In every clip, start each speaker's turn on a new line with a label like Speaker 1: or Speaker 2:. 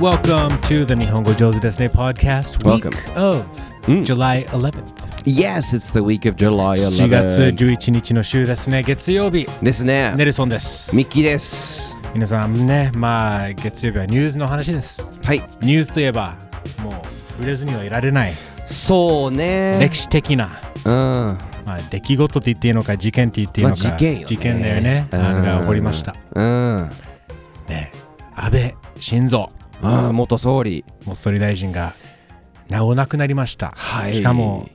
Speaker 1: Welcome to the Nihongo Joe's Destiny podcast.
Speaker 2: Welcome.
Speaker 1: Week of
Speaker 2: うん、
Speaker 1: July 11th.
Speaker 2: Yes, it's the week of July
Speaker 1: 4月11
Speaker 2: 11th
Speaker 1: 日の週ですね。月曜日、
Speaker 2: ですね
Speaker 1: ネ。ルソンです。
Speaker 2: ミッキーです。
Speaker 1: 皆さんね、まあ、月曜日はニュースの話です。
Speaker 2: はい。
Speaker 1: ニュースといえば、もう触れずにはいられない
Speaker 2: そうね。
Speaker 1: 歴史的な、
Speaker 2: うん。
Speaker 1: まあ、出来事って言っていいのか、事件って言っていいのか、
Speaker 2: まあ事件よね
Speaker 1: だよね。
Speaker 2: うん
Speaker 1: あれが起こりました。
Speaker 2: うん。
Speaker 1: ね、安倍晋三、
Speaker 2: うん、元総理。
Speaker 1: もう総理大臣が、なお亡くなりました。
Speaker 2: はい。
Speaker 1: しかも、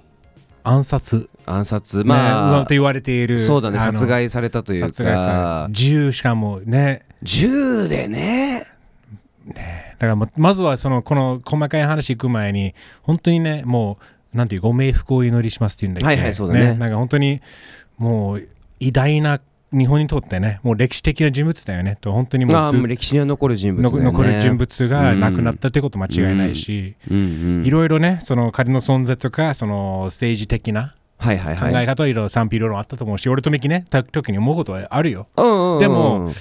Speaker 1: 暗殺、
Speaker 2: 暗殺。
Speaker 1: まあ、
Speaker 2: まあ、
Speaker 1: と言われている。
Speaker 2: そうだね。
Speaker 1: あの
Speaker 2: 殺害されたというか。
Speaker 1: 殺害され銃しかもね、
Speaker 2: 銃でね。
Speaker 1: だからもうまずはそのこの細かい話行く前に、本当にね、もう、なんていう、ご冥福をお祈りしますっていうんだけど、
Speaker 2: はいはいそうだね
Speaker 1: なんか本当に、もう、偉大な、日本にとってね、もう歴史的な人物だよね、と、本当にもう
Speaker 2: まあ、
Speaker 1: ずっと
Speaker 2: 歴史には残る人物だよね。
Speaker 1: 残る人。物が亡くなったってこと間違いないし、
Speaker 2: うんうん。
Speaker 1: いろいろね、その仮の存在とか、その政治的な
Speaker 2: はいはい
Speaker 1: 考
Speaker 2: は
Speaker 1: え
Speaker 2: い。
Speaker 1: 方はいろいろ賛否両論あったと思うし、俺とミキね、た時に思うことはあるよ。
Speaker 2: うんうんうん
Speaker 1: でも、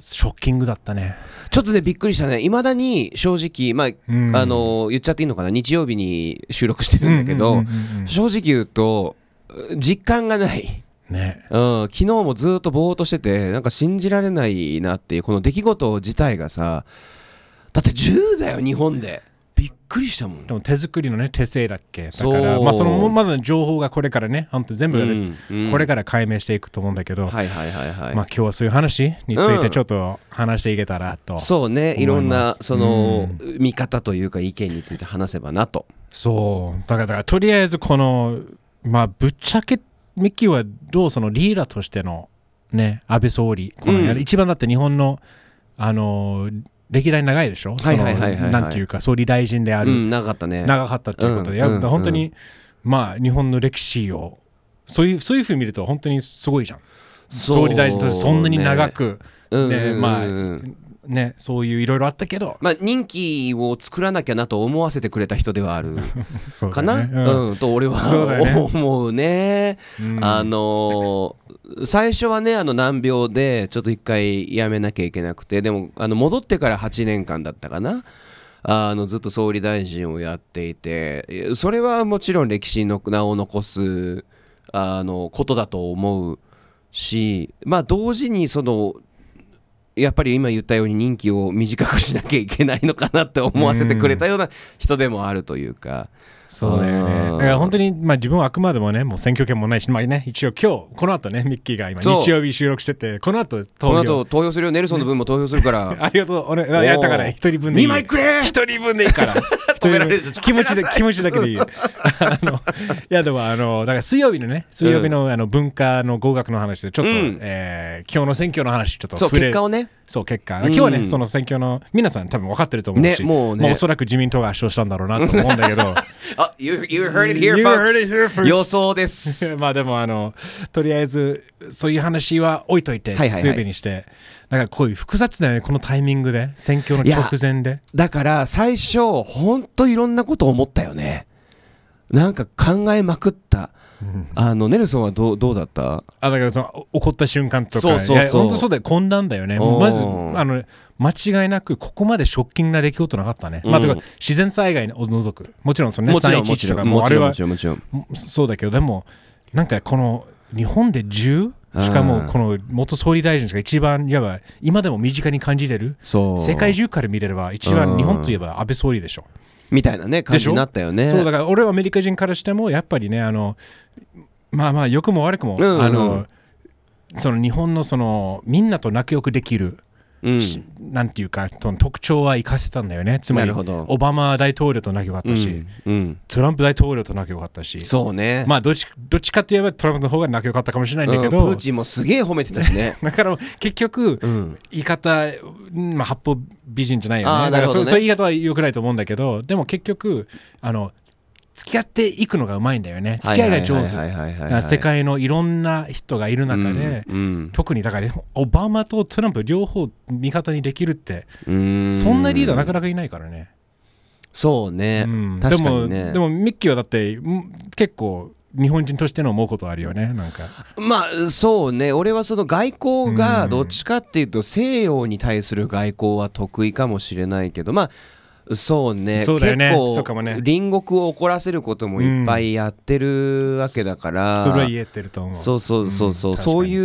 Speaker 1: ショッキングだったね。
Speaker 2: ちょっとね、びっくりしたね。いまだに正直、まあ、
Speaker 1: うん
Speaker 2: あの、言っちゃっていいのかな。日曜日に収録してるんだけど、
Speaker 1: うんうんうんうん
Speaker 2: 正直言うと実感がない、
Speaker 1: ね
Speaker 2: うん、昨日もずっとぼーっとしててなんか信じられないなっていうこの出来事自体がさだって10だよ日本でびっくりしたもん
Speaker 1: でも手作りのね手製だっけだか
Speaker 2: そ
Speaker 1: ら
Speaker 2: う
Speaker 1: まあそのまだ情報がこれからね本当全部、
Speaker 2: うんうん
Speaker 1: これから解明していくと思うんだけど、
Speaker 2: はいはいはいはい、
Speaker 1: まあ今日はそういう話についうて
Speaker 2: ん
Speaker 1: ちょっと話していけたらと、そ
Speaker 2: そう
Speaker 1: 思いま
Speaker 2: ね
Speaker 1: す
Speaker 2: いろんなその、見方というか意見について話せばなと
Speaker 1: うだからだからとりあえずこのまあぶっちゃけミキはどうそのリーダーとしてのね安倍総理この、
Speaker 2: うん
Speaker 1: 一番だって日本のあの歴代長いでしょそ
Speaker 2: はいはいはいはいはい
Speaker 1: のなんていうか総理大臣であ
Speaker 2: う
Speaker 1: る、
Speaker 2: んなかったね
Speaker 1: 長かったということで、いや
Speaker 2: うんうん
Speaker 1: 本当に、まあ日本の歴史をそういうそういうふうに見ると本当にすごいじゃん
Speaker 2: そうね
Speaker 1: 総理大臣としてそんなに長く
Speaker 2: うんうん
Speaker 1: ね
Speaker 2: うん
Speaker 1: まあねそういういろいろあったけど
Speaker 2: まあ任期を作らなきゃなと思わせてくれた人ではある
Speaker 1: そう
Speaker 2: か
Speaker 1: だ
Speaker 2: な
Speaker 1: ね
Speaker 2: う,、
Speaker 1: うん
Speaker 2: ん、と俺は
Speaker 1: そうだよね
Speaker 2: 思うね。
Speaker 1: うん
Speaker 2: あのー最初はねあの難病でちょっと一回やめなきゃいけなくてでもあの戻ってから8年間だったかな。あのずっと総理大臣をやっていてそれはもちろん歴史の名を残すあのことだと思うしまあ同時にそのやっぱり今言ったように任期を短くしなきゃいけないのかなって思わせてくれたような人でもあるというか。
Speaker 1: そうだよね
Speaker 2: う
Speaker 1: だ
Speaker 2: ん
Speaker 1: から本当にまあ自分はあくまでもねもう選挙権もないしまあね一応今日この後ねミッキーが今
Speaker 2: そう
Speaker 1: 日曜日収録しててこの後
Speaker 2: この
Speaker 1: 投票
Speaker 2: 後投票するよネルソンの分も投票するから
Speaker 1: ありがとう俺いやだから一人分でいい
Speaker 2: 2枚くれ
Speaker 1: 一人分で いいから
Speaker 2: 止められるでしょ
Speaker 1: 気持ち
Speaker 2: 止
Speaker 1: で
Speaker 2: めなさい
Speaker 1: 気持ちだけでいい よあのいやでもあのだから水曜日のね水曜日の,、あの文化の合学の話でちょっと、
Speaker 2: うん
Speaker 1: えー今日の選挙の話ちょっと
Speaker 2: そう
Speaker 1: 触れ
Speaker 2: 結果をね
Speaker 1: そう結果今日はね、
Speaker 2: うん
Speaker 1: その選挙の皆さん多分分かってると思うし、
Speaker 2: ねもうね
Speaker 1: まあおそらく自民党が圧勝したんだろうなと思うんだけ ど
Speaker 2: あ you, you heard it here
Speaker 1: You
Speaker 2: folks
Speaker 1: heard it here first
Speaker 2: 予想で す
Speaker 1: まあでもあのとりあえずそういう話は置いといて、
Speaker 2: はいはいはい
Speaker 1: 水曜日にしてなんかこういう複雑だよねこのタイミングで選挙の
Speaker 2: いや
Speaker 1: 直前で
Speaker 2: だから最初ほんといろんなこと思ったよねなんか考えまくったあのネルソンはどうどうだった
Speaker 1: あだからそのお怒った瞬間とか
Speaker 2: そうそうそう
Speaker 1: いや本当そうだよ混乱だよね
Speaker 2: おー
Speaker 1: まずあの間違いなくここまでショッキングな出来事なかったね、
Speaker 2: うん
Speaker 1: まあだから自然災害を除くもちろんそのね
Speaker 2: もちろんもち
Speaker 1: 311と
Speaker 2: ろ
Speaker 1: か
Speaker 2: ん
Speaker 1: もう
Speaker 2: も
Speaker 1: あ
Speaker 2: ち
Speaker 1: れ
Speaker 2: ろん
Speaker 1: は
Speaker 2: もちろんもちろん
Speaker 1: そうだけどでもなんかこの日本で 10? しかもこの元総理大臣しか一番いわば今でも身近に感じれる
Speaker 2: そう
Speaker 1: 世界中から見れれば一
Speaker 2: う
Speaker 1: 番
Speaker 2: ん
Speaker 1: 日本といえば安倍総理でしょ
Speaker 2: みたいなね感じになったよね
Speaker 1: そうだから俺はアメリカ人からしてもやっぱりねあのまあまあ良くも悪くも、
Speaker 2: うんうん
Speaker 1: あのその日本のそのみんなと仲良くできる、
Speaker 2: うん
Speaker 1: しなんていうかその特徴は生かせたんだよねつまり
Speaker 2: なるほど
Speaker 1: オバマ大統領と仲良かったし、
Speaker 2: うんうん
Speaker 1: トランプ大統領と仲良かったし
Speaker 2: そうね
Speaker 1: まあどっちどっちかといえばトランプの方が仲良かったかもしれないんだ
Speaker 2: う
Speaker 1: け
Speaker 2: んプ
Speaker 1: ど、
Speaker 2: ーチンもすげえ褒めてたし ね
Speaker 1: だから結局
Speaker 2: うん
Speaker 1: 言い方、まあ、八方美人じゃないよね
Speaker 2: あー
Speaker 1: だから
Speaker 2: なるほどね
Speaker 1: そうそういう言い方は良くないと思うんだけどでも結局あの付き合っていくのがうまいんだよね付き合いが上手
Speaker 2: は
Speaker 1: だ
Speaker 2: いはいはいはいはいはい
Speaker 1: から世界のいろんな人がいる中で、
Speaker 2: うんうん
Speaker 1: 特にだからオバマとトランプ両方味方にできるって
Speaker 2: うーん
Speaker 1: そんなリーダーなかなかいないからね、
Speaker 2: そうね、
Speaker 1: うん
Speaker 2: 確かにね
Speaker 1: でもでもミッキーはだってうん結構日本人としての思うことあるよねなんか
Speaker 2: まあそうね俺はその外交がどっちかっていうと西洋に対する外交は得意かもしれないけどまあそうね
Speaker 1: そうだよねそう
Speaker 2: 結
Speaker 1: か
Speaker 2: 構
Speaker 1: もね
Speaker 2: 隣国を怒らせることもいっぱいやってるわけだから、
Speaker 1: それは言えてると思う
Speaker 2: そうそうそうそう、
Speaker 1: うん確かに
Speaker 2: そうい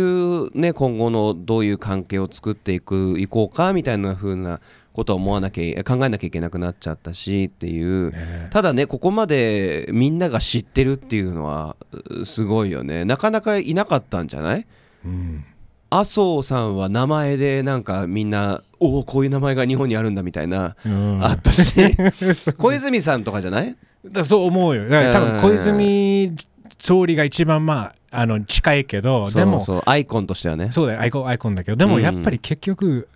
Speaker 2: うね今後のどういう関係を作っていくいこうかみたいな風なことを思わなきゃ考えなきゃいけなくなっちゃったしっていう、ただねここまでみんなが知ってるっていうのはうすごいよねなかなかいなかったんじゃない
Speaker 1: うん
Speaker 2: 麻生さんは名前でなんかみんなおおこういう名前が日本にあるんだみたいな、
Speaker 1: うん
Speaker 2: あったし
Speaker 1: そう
Speaker 2: 小泉さんとかじゃない
Speaker 1: だそう思うよだから多分
Speaker 2: うん
Speaker 1: 小泉総理が一番まあ あの近いけどでも
Speaker 2: そうそうアイコンとしてはね
Speaker 1: そうだよアイコンアイコンだけどでもやっぱり結局、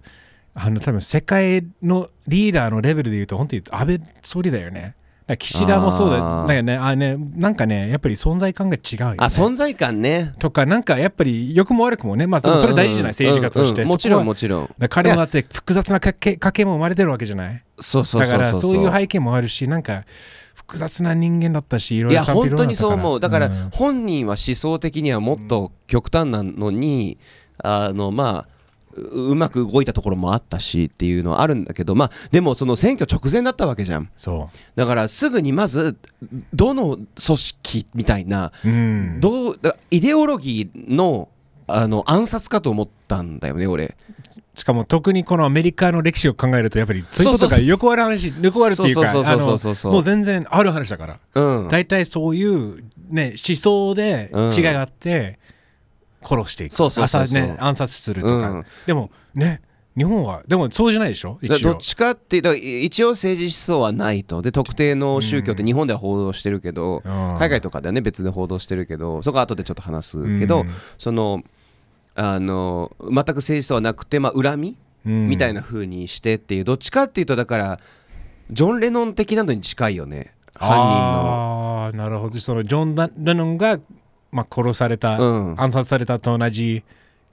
Speaker 1: あの多分世界のリーダーのレベルで言うと本当に安倍総理だよねだから岸田もそうだ
Speaker 2: あー
Speaker 1: だよねあねなんかねやっぱり存在感が違うよね
Speaker 2: あ存在感ね
Speaker 1: とかなんかやっぱり良くも悪くもねまあ
Speaker 2: うんうん
Speaker 1: それ大事じゃない政治家として、
Speaker 2: うんうんもち
Speaker 1: そこ
Speaker 2: ろん
Speaker 1: は
Speaker 2: もちろん
Speaker 1: だから彼もだって複雑な家計家計も生まれてるわけじゃない
Speaker 2: そうそう
Speaker 1: だ
Speaker 2: そう
Speaker 1: からそういう
Speaker 2: 背
Speaker 1: 背景もあるしなんか複雑な人間だったしいろ
Speaker 2: い
Speaker 1: いろ
Speaker 2: や
Speaker 1: 賛否
Speaker 2: 本
Speaker 1: 両
Speaker 2: 当
Speaker 1: 論
Speaker 2: にそう思うだから
Speaker 1: ったん
Speaker 2: 本人は思想的にはもっと極端なのに、あのまあううまく動いたところもあったしっていうのはあるんだけどまあでもその選挙直前だったわけじゃん
Speaker 1: そ
Speaker 2: だからすぐにまずどの組織みたいな
Speaker 1: ううん
Speaker 2: どうだイデオロギーのあの暗殺かと思ったんだよね俺
Speaker 1: しかも特にこのアメリカの歴史を考えるとやっぱりそういうこと
Speaker 2: そうそ
Speaker 1: が
Speaker 2: うそう
Speaker 1: よくある話よくあるっていうか
Speaker 2: そう
Speaker 1: あ
Speaker 2: そうそう
Speaker 1: の
Speaker 2: そうそう
Speaker 1: もう全然ある話だから
Speaker 2: うん
Speaker 1: 大体そういうね思想で
Speaker 2: うん
Speaker 1: 違いがあって殺していく
Speaker 2: そうそうそうそう
Speaker 1: 朝ね暗殺すると
Speaker 2: うん
Speaker 1: かでもね日本はでもそうじゃないでしょ
Speaker 2: だ
Speaker 1: 一
Speaker 2: どっ
Speaker 1: 応
Speaker 2: ちかってだからい一応政治思想はないとで特定の宗教って日本では報道してるけど、
Speaker 1: うん
Speaker 2: 海外とかではね別で報道してるけどそこは後でちょっと話すけど、
Speaker 1: うん
Speaker 2: そのあの全く政治思想はなくて、まあ、恨み
Speaker 1: うん
Speaker 2: みたいな風にしてっていう、どっちかっていうとだからジョン・レノン的なのに近いよね犯
Speaker 1: ああなるほどそのジョン・ダレノンがまあ殺された
Speaker 2: うん
Speaker 1: 暗殺されたと同じ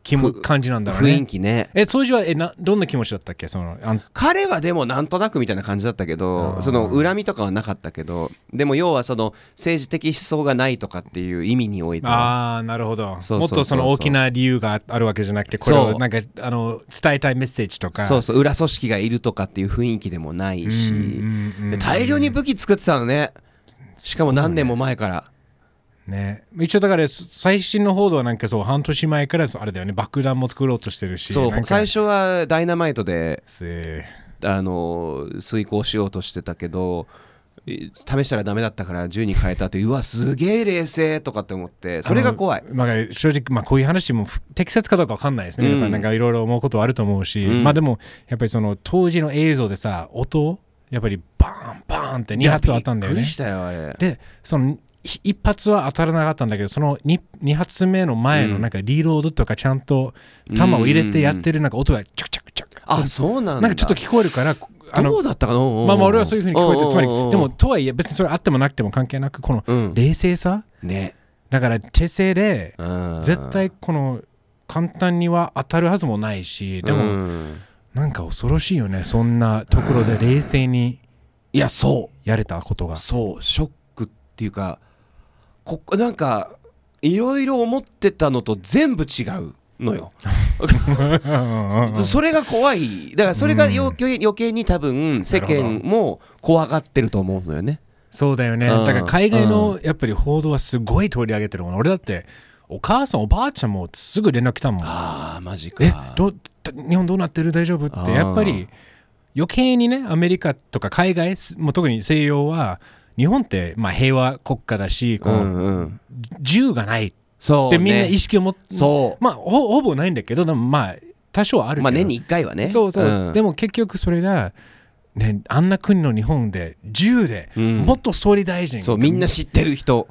Speaker 1: 気も感じなん
Speaker 2: 人
Speaker 1: だ
Speaker 2: の
Speaker 1: ろう
Speaker 2: 雰囲
Speaker 1: ね
Speaker 2: 気ね。
Speaker 1: え当時はえなどんな気持ちだったっけその暗殺
Speaker 2: 彼はでもなんとなくみたいな感じだったけど
Speaker 1: あー
Speaker 2: その恨みとかはなかったけどでも要はその政治的思想がないとかっていう意味においては
Speaker 1: ああなるほど
Speaker 2: そう
Speaker 1: も
Speaker 2: そうそう
Speaker 1: っ
Speaker 2: そう
Speaker 1: とその大きな理由があるわけじゃなくてこれ
Speaker 2: そ
Speaker 1: を
Speaker 2: う
Speaker 1: なんかあの伝えたいメッセージとか
Speaker 2: そうそう裏組織がいるとかっていう雰囲気でもないし、
Speaker 1: うんうんうん
Speaker 2: で大量に武器作ってたのねしかも何年も前から、
Speaker 1: ね一応だからそ最新の報道はなんかそう半年前からそうあれだよね爆弾も作ろうとしてるし
Speaker 2: そ
Speaker 1: なん
Speaker 2: う
Speaker 1: か
Speaker 2: 最初はダイナマイトですあの遂行しようとしてたけどい試したらダメだったから銃に変えたってうわすげえ冷静とかって思ってそれが怖い
Speaker 1: あのまあ、正直、まあ、こういう話もふ適切かどうかわかんないですね、皆さ
Speaker 2: うん
Speaker 1: んなんかいろいろ思うことはあると思うし、
Speaker 2: うん
Speaker 1: まあでもやっぱりその当時の映像でさ音やっぱりバーンバーンって2発はあったんだよ
Speaker 2: いやびっ
Speaker 1: ね
Speaker 2: くりしたよあれ
Speaker 1: でそのひ一発は当たらなかったんだけどその 2, 二発目の前
Speaker 2: う
Speaker 1: の
Speaker 2: ん
Speaker 1: なんかリロードとかちゃんと弾を入れてやってるなんか音がチャクチャクチャク
Speaker 2: あそうなんだ
Speaker 1: なんかちょっと聞こえるからあ
Speaker 2: ど
Speaker 1: の
Speaker 2: うだったかな
Speaker 1: まあまあ俺はそういうふうに聞こえてつまりでも
Speaker 2: も
Speaker 1: とはいえ別にそれあってもなくても関係なくこの
Speaker 2: うん
Speaker 1: 冷静さ
Speaker 2: ね
Speaker 1: だから手製で
Speaker 2: うん
Speaker 1: 絶対この簡単には当たるはずもないしで
Speaker 2: う
Speaker 1: も
Speaker 2: ん
Speaker 1: なんか恐ろしいよねそんなところで冷静に
Speaker 2: いやそう
Speaker 1: やれたこと が
Speaker 2: そうショックっていうかこなんかいろいろ思ってたのと全部違うのよ、それが怖いだからそれが余計,、余計に多分世間も怖がってると思うのよね
Speaker 1: そうだよね。
Speaker 2: うん
Speaker 1: だから海外のやっぱり報道はすごい取り上げてるもん。俺だってお母さんおばあちゃんもすぐ連絡来たもん。
Speaker 2: ああマジか
Speaker 1: えどう日本どうなってる大丈夫
Speaker 2: あ
Speaker 1: っ
Speaker 2: ー
Speaker 1: てやっぱり余計にねアメリカとか海外もう特に西洋は日本ってまあ平和国家だしこ
Speaker 2: う
Speaker 1: の
Speaker 2: んうん
Speaker 1: 銃がないっ
Speaker 2: そう、
Speaker 1: て
Speaker 2: ね、
Speaker 1: みんな意識を持って、
Speaker 2: そ
Speaker 1: まあほほぼないんだけどでもまあ多少はあ
Speaker 2: う
Speaker 1: るけど
Speaker 2: まあ年に1回はね
Speaker 1: そうそう、
Speaker 2: ん
Speaker 1: でも結局それが、ね、あんな国の日本で銃で、
Speaker 2: うん
Speaker 1: もっと総理大臣
Speaker 2: そうみんな知ってる人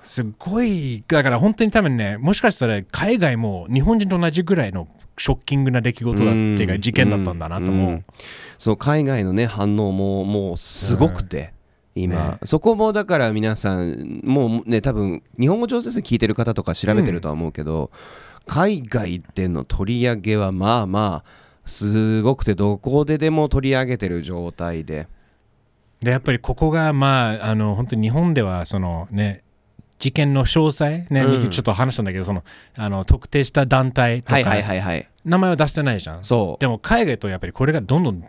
Speaker 1: すごいだから本当に多分ねもしかしたら海外も日本人と同じぐらいのショッキングな出来事だっていう
Speaker 2: う
Speaker 1: か
Speaker 2: ん
Speaker 1: 事件だったんだなと
Speaker 2: う
Speaker 1: 思うん
Speaker 2: そう海外のね反応ももうすごくて、今、
Speaker 1: ね
Speaker 2: そこもだから皆さんもうね多分日本語上手に聞いてる方とか調べてるとは思うけど、海外での取り上げはまあまあすごくてどこででも取り上げてる状態で
Speaker 1: でやっぱりここがまああの本当に日本ではそのね事件の詳細ね、
Speaker 2: うん
Speaker 1: ちょっと話したんだけどそのあの特定した団体とか、
Speaker 2: はいはいはいはい
Speaker 1: 名前は出してないじゃん
Speaker 2: そう
Speaker 1: でも海外とやっぱりこれがどんどん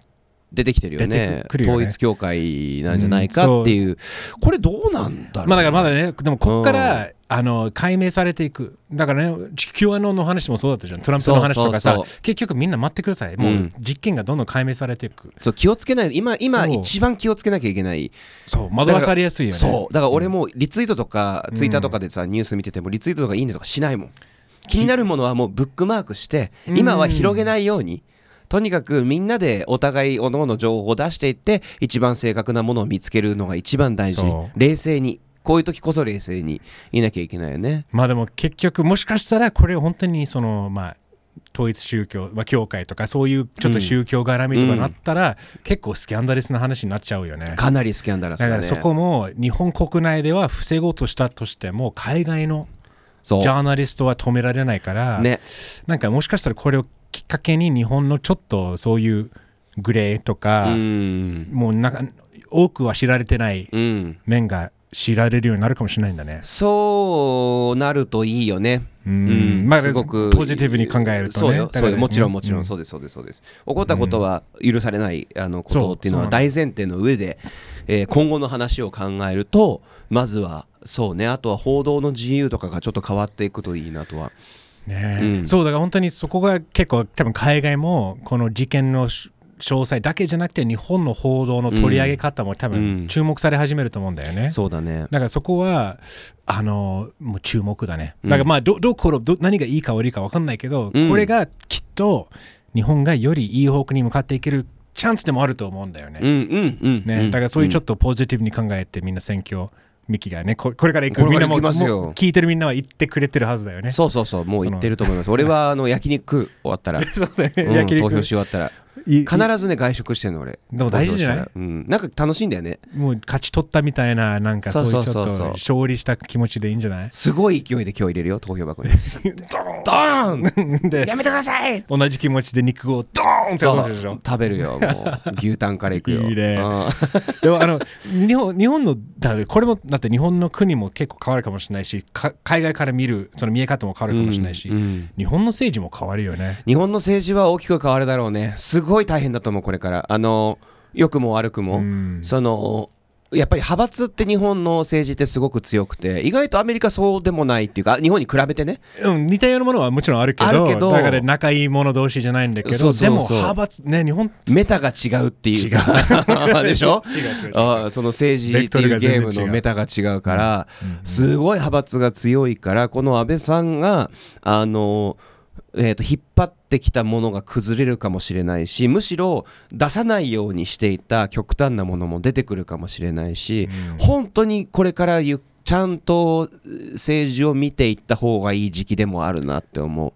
Speaker 2: 出てきてるよ
Speaker 1: 出
Speaker 2: ね
Speaker 1: てくるよね
Speaker 2: 統一教会なんじゃないかっていう,、これどうなんだろう
Speaker 1: まあだからまだねでもこっか
Speaker 2: う
Speaker 1: らあの解明されていくだからね QAnon の話もそうだったじゃんトランプの話とかさ
Speaker 2: そうそう
Speaker 1: 結局みんな待ってくださいもううん実験がどんどん解明されていく、
Speaker 2: そう気をつけない今今
Speaker 1: そう
Speaker 2: 一番気をつけなきゃいけない
Speaker 1: そう惑わされやすいよね
Speaker 2: そうだから俺もリツイートとかツイッターとかでさニュース見ててもリツイートとかいいねとかしないもん気になるものはもうブックマークして
Speaker 1: うん
Speaker 2: 今は広げないようにとにかくみんなでお互いおのの情報を出していって一番正確なものを見つけるのが一番大事
Speaker 1: そ
Speaker 2: 冷静にこういう時こそ冷静にいなきゃいけないよね
Speaker 1: まあでも結局もしかしたらこれ本当にそのまあ統一宗教、まあ、教会とかそういうちょっと宗教絡みとかなったら、結構スキャンダレスな話になっちゃうよね。
Speaker 2: かなりスキャンダラ
Speaker 1: だ
Speaker 2: スだ
Speaker 1: か
Speaker 2: ね
Speaker 1: らそこも日本国内では防ごうとしたとしても海外の
Speaker 2: そう
Speaker 1: ジャーナリストは止められないから、
Speaker 2: ね
Speaker 1: なんかもしかしたらこれをきっかけに日本のちょっとそういうグレーと
Speaker 2: う
Speaker 1: か、
Speaker 2: ん
Speaker 1: もうなんか多くは知られてない
Speaker 2: うん
Speaker 1: 面が知られるようになるかもしれないんだね。
Speaker 2: そうなるといいよね
Speaker 1: うん
Speaker 2: うん
Speaker 1: まあ
Speaker 2: すごく
Speaker 1: ポジティブに考えるとね
Speaker 2: そうよ
Speaker 1: だから
Speaker 2: そうよもちろんもちろ
Speaker 1: うんん
Speaker 2: そうですそうですそうです起こったことは許されないあのこ
Speaker 1: そ
Speaker 2: と
Speaker 1: う
Speaker 2: っていうのは
Speaker 1: そうなん
Speaker 2: 大前提の上で、えー今後の話を考えるとまずはそうねあとは報道の自由とかがちょっと変わっていくといいなとは
Speaker 1: ねえ
Speaker 2: うん
Speaker 1: そうだから本当にそこが結構多分海外もこの事件の詳細だけじゃなくて日本の報道の取り上げ方も多
Speaker 2: うん
Speaker 1: 分注目され始めると思うんだよね。
Speaker 2: そうだね
Speaker 1: だからそこはあのもう注目だね。
Speaker 2: うん
Speaker 1: だからまあどどころど何がいいか悪いか分かんないけど、
Speaker 2: うん
Speaker 1: これがきっと日本がよりいい方向に向かっていけるチャンスでもあると思うんだよね。
Speaker 2: うんうんうん
Speaker 1: ねだからそういうちょっと
Speaker 2: と
Speaker 1: ポジティブに考えてみんな選挙ミキがねここれから行
Speaker 2: こ
Speaker 1: く
Speaker 2: れ
Speaker 1: みん
Speaker 2: か
Speaker 1: な
Speaker 2: ら行
Speaker 1: も
Speaker 2: きますよ
Speaker 1: もう聞いてるみんなは言ってくれてるはずだよね。
Speaker 2: そうそうそうもう言ってると思います俺はあの焼肉終わったら、
Speaker 1: そうだよ
Speaker 2: う
Speaker 1: ね
Speaker 2: ん
Speaker 1: 焼肉
Speaker 2: 投票し終わったら
Speaker 1: いい
Speaker 2: 必ずね外食してんの俺
Speaker 1: でも大事じゃない
Speaker 2: 投票したらうん、なんか楽しいんだよね
Speaker 1: もう勝ち取ったみたいな、なんか
Speaker 2: そ
Speaker 1: そうういうち
Speaker 2: そ
Speaker 1: ょ
Speaker 2: う
Speaker 1: っ
Speaker 2: そうそう
Speaker 1: と勝利した気持ちでいいんじゃない
Speaker 2: すごい勢いで今日入れるよ投票箱 にすドーン
Speaker 1: で、
Speaker 2: やめてください
Speaker 1: 同じ気持ちで肉をドーンって落とすでしょ。
Speaker 2: 食べるよも う牛タンからいくよ
Speaker 1: いいね
Speaker 2: あー
Speaker 1: でもあの 日本日本のだからこれもだって日本の国も結構変わるかもしれないしか海外から見るその見え方も変わるかもしれないし、
Speaker 2: うんうん
Speaker 1: 日本の政治も変わるよね
Speaker 2: 日本の政治は大きく変わるだろうねすごい大変だと思うこれからあの良くも悪くも、
Speaker 1: うん
Speaker 2: そのやっぱり派閥って日本の政治ってすごく強くて意外とアメリカそうでもないっていうか日本に比べてね
Speaker 1: うん、似たようなものはもちろんあるけど
Speaker 2: あるけど
Speaker 1: だから仲いい者同士じゃないんだけど
Speaker 2: そうそうそ
Speaker 1: で
Speaker 2: う
Speaker 1: も派閥ね日本
Speaker 2: メタが違うっていうか でしょ
Speaker 1: 違う違う違う
Speaker 2: あーその政治っていうゲーム
Speaker 1: ベクトルが全然
Speaker 2: の
Speaker 1: 違う
Speaker 2: メタが違うからすごい派閥が強いからこの安倍さんがあのえー、と引っ張ってきたものが崩れるかもしれないしむしろ出さないようにしていた極端なものも出てくるかもしれないし、本当にこれからゆちゃんとえー政治を見ていった方がいい時期でもあるなって思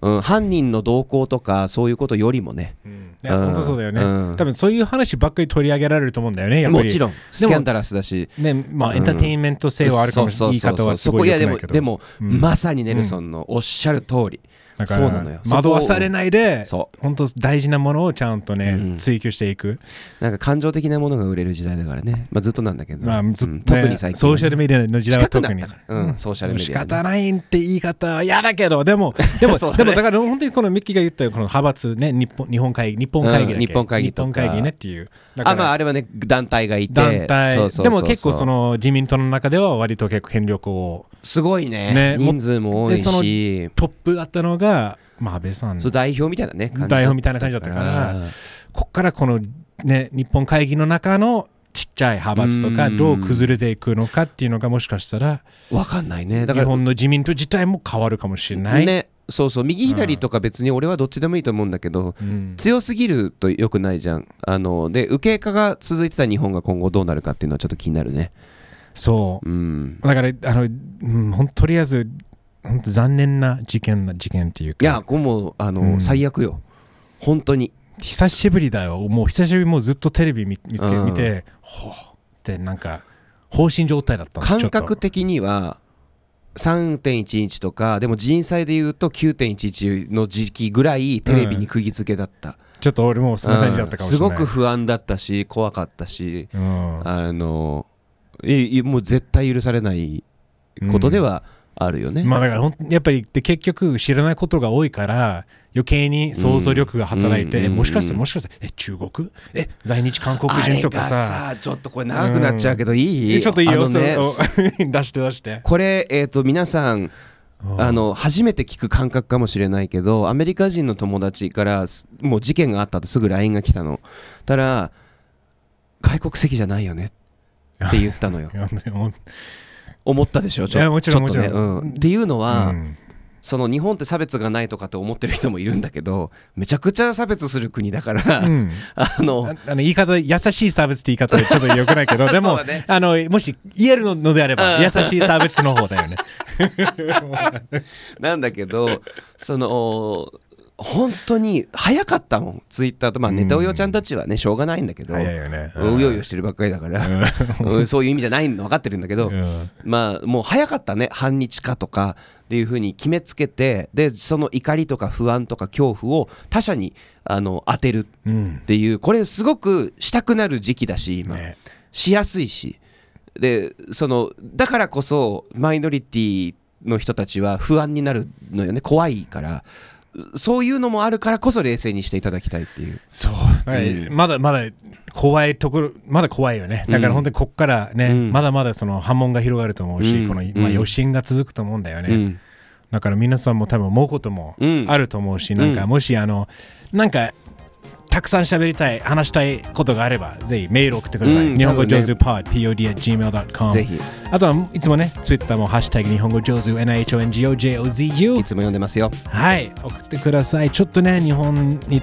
Speaker 2: う、うん、犯人の動向とかそういうことよりもね
Speaker 1: うんいや本当そうだよね、
Speaker 2: うん
Speaker 1: 多分そういう話ばっかり取り上げられると思うんだよねやっぱ
Speaker 2: も
Speaker 1: り
Speaker 2: ちろんスキャンダラスだし
Speaker 1: ねま
Speaker 2: う
Speaker 1: あ、
Speaker 2: ん
Speaker 1: エンターテインメント性はあるかもしれない。言い
Speaker 2: そうそうそう
Speaker 1: 方はすごい
Speaker 2: そ
Speaker 1: 良
Speaker 2: こ
Speaker 1: く
Speaker 2: や
Speaker 1: な
Speaker 2: で
Speaker 1: いけ
Speaker 2: も
Speaker 1: ど。
Speaker 2: でも、
Speaker 1: うん
Speaker 2: まさにネルソンのおっしゃる通り、
Speaker 1: だか
Speaker 2: そうな
Speaker 1: ら
Speaker 2: のよそこ
Speaker 1: 惑わされないで
Speaker 2: そ、
Speaker 1: 本当大事なものをちゃんとね、
Speaker 2: うん
Speaker 1: 追求していく。
Speaker 2: なんか感情的なものが売れる時代だからね、まあ、ずっとなんだけど、
Speaker 1: まあ、ずっ
Speaker 2: うん
Speaker 1: とね
Speaker 2: 特に最近
Speaker 1: ソーシャルメディアの時代は
Speaker 2: 近く
Speaker 1: 特
Speaker 2: な
Speaker 1: に
Speaker 2: っ。たから、うん、ソーシャルメディ
Speaker 1: 仕
Speaker 2: アね、
Speaker 1: 方ないって言い方は嫌だけど、で も、でも、
Speaker 2: そうだね
Speaker 1: でもだから本当にこのミッキーが言ったよ、この派閥ね、日本日本会議、日本会議だっけ、
Speaker 2: うん日本会議
Speaker 1: 日
Speaker 2: とか
Speaker 1: 本会議ねっていう。だか
Speaker 2: あまあ
Speaker 1: ら
Speaker 2: あれはね団体がいて
Speaker 1: 団体
Speaker 2: そうそうそう
Speaker 1: で
Speaker 2: そう
Speaker 1: も結構その自民党の中では割と結構権力を
Speaker 2: すごいね
Speaker 1: ねも
Speaker 2: 人数も多いし
Speaker 1: トップだったのが、まあ、安倍さん
Speaker 2: そう代表みたいなね感じ
Speaker 1: 代表みたいな感じだったからこっからこの、ね、日本会議の中のちっちゃい派閥とか
Speaker 2: うん
Speaker 1: どう崩れていくのかっていうのがもしかしたら
Speaker 2: わかんないねだ
Speaker 1: 日
Speaker 2: から
Speaker 1: 本の自民党自体も変わるかもしれない。
Speaker 2: ねそうそう右左とか別に俺はどっちでもいいと思うんだけど、
Speaker 1: うん
Speaker 2: 強すぎると良くないじゃんあので右傾化が続いてた日本が今後どうなるかっていうのはちょっと気になるね
Speaker 1: そう
Speaker 2: うん
Speaker 1: だからあの、うん、ほんとりあえず本当残念な事件な事件っていうか
Speaker 2: いやこれもうあの、
Speaker 1: うん
Speaker 2: 最悪よ本当に
Speaker 1: 久しぶりだよもう久しぶりもうずっとテレビ見見つけ
Speaker 2: うん
Speaker 1: 見てほうってなんか放心状態だったのちょ
Speaker 2: 感
Speaker 1: っと
Speaker 2: 覚的には3.11とかでも人災でいうと9.11の時期ぐらいテレビに釘付けだった、
Speaker 1: ちょっと俺もうそんな感じだったかもしれない、
Speaker 2: うんすごく不安だったし怖かったし
Speaker 1: うん
Speaker 2: あのいいもう絶対許されないことではあるよね。
Speaker 1: まあだからほんやっぱりで結局知らないことが多いから余計に想像力が働いて、
Speaker 2: うん
Speaker 1: えもしかした
Speaker 2: うん
Speaker 1: らもしかしたらえ中国え在日韓国
Speaker 2: あれ
Speaker 1: 人と
Speaker 2: が
Speaker 1: かさ
Speaker 2: さちょっとこれ長くなっちゃうけどいい、
Speaker 1: えちょっといいよ、
Speaker 2: あのね
Speaker 1: それを 出して出して
Speaker 2: これ、えー、と皆さん
Speaker 1: うん
Speaker 2: あの初めて聞く感覚かもしれないけどアメリカ人の友達からすもう事件があったってすぐ LINE が来たのたら外国籍じゃないよねって言っ たのよ
Speaker 1: いやでも
Speaker 2: 思ったでしょち
Speaker 1: い
Speaker 2: ょ
Speaker 1: やもちろん
Speaker 2: ちょっとね
Speaker 1: もちろん
Speaker 2: うんっていうのは、
Speaker 1: うん
Speaker 2: その日本って差別がないとかって思ってる人もいるんだけどめちゃくちゃ差別する国だから、
Speaker 1: うん
Speaker 2: あの
Speaker 1: ああの言い方優しいサービスって言い方でちょっと良くないけど でも、
Speaker 2: そうだね
Speaker 1: あのもし言えるのであれば
Speaker 2: うん
Speaker 1: 優しいサービスの方だ よね。
Speaker 2: なんだけどその本当に早かったもんツイッターとまあネタおよちゃんたちはねしょうがないんだけど、
Speaker 1: 早いよね。
Speaker 2: うようよしてるばっかりだから、 うんそういう意味じゃないの分かってるんだけど、
Speaker 1: うん
Speaker 2: まあもう早かったね半日かとかっていうふうに決めつけてでその怒りとか不安とか恐怖を他者にあの当てるっ
Speaker 1: うん
Speaker 2: ていうこれすごくしたくなる時期だし今、
Speaker 1: ね
Speaker 2: しやすいしでそのだからこそマイノリティの人たちは不安になるのよね怖いからそういうのもあるからこそ冷静にしていただきたいっていう。
Speaker 1: そう、
Speaker 2: ん
Speaker 1: まだまだ怖いところまだ怖いよねだから本当にここからね、
Speaker 2: うん
Speaker 1: まだまだその波紋が広がると思うし、
Speaker 2: うん
Speaker 1: この、
Speaker 2: うん
Speaker 1: まあ、余震が続くと思うんだよね、
Speaker 2: うん
Speaker 1: だから皆さんも多分思うことも
Speaker 2: うん
Speaker 1: あると思うし、
Speaker 2: ん
Speaker 1: なんかもしあのなんかたくさん喋りたい話したいことがあればぜひメール送ってください、
Speaker 2: うん
Speaker 1: 日本語上手
Speaker 2: 多
Speaker 1: pod pod at gmail.com
Speaker 2: ぜひい
Speaker 1: あとはいつもね Twitter もハッシュタグ日本語上手 NIHONGOJOZU
Speaker 2: つも読んでますよ。
Speaker 1: はい送ってくださいちょっとね日本に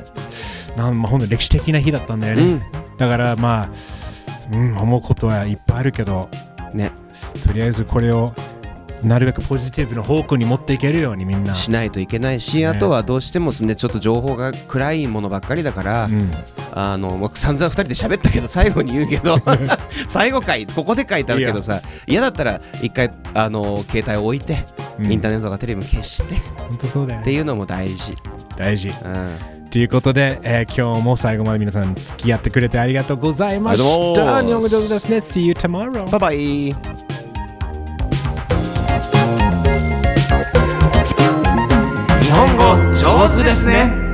Speaker 1: なん、まあ、ほんと歴史的な日だったんだよね、
Speaker 2: うん
Speaker 1: だからまあ、うん、思うことはいっぱいあるけど
Speaker 2: ね、
Speaker 1: とりあえずこれをなるべくポジティブの方向に持っていけるようにみんな、
Speaker 2: しないといけないし、
Speaker 1: ね
Speaker 2: あとはどうしてもねちょっと情報が暗いものばっかりだから、
Speaker 1: うん、
Speaker 2: あの僕散々2人で喋ったけど最後に言うけど 最後かいここで書いてあるけどさ嫌だったら一回あの携帯置いて、
Speaker 1: うん
Speaker 2: インターネットとかテレビも消してっ
Speaker 1: 本当そうだよ
Speaker 2: て
Speaker 1: ね
Speaker 2: いうのも大事、
Speaker 1: 大事
Speaker 2: うん、
Speaker 1: ということで、えー今日も最後まで皆さん付き合ってくれてありがとうございま
Speaker 2: ありが
Speaker 1: し
Speaker 2: とうござ
Speaker 1: た
Speaker 2: います
Speaker 1: 日本語上手ですね See you tomorrow
Speaker 2: バイバイ
Speaker 3: 日本語上手ですね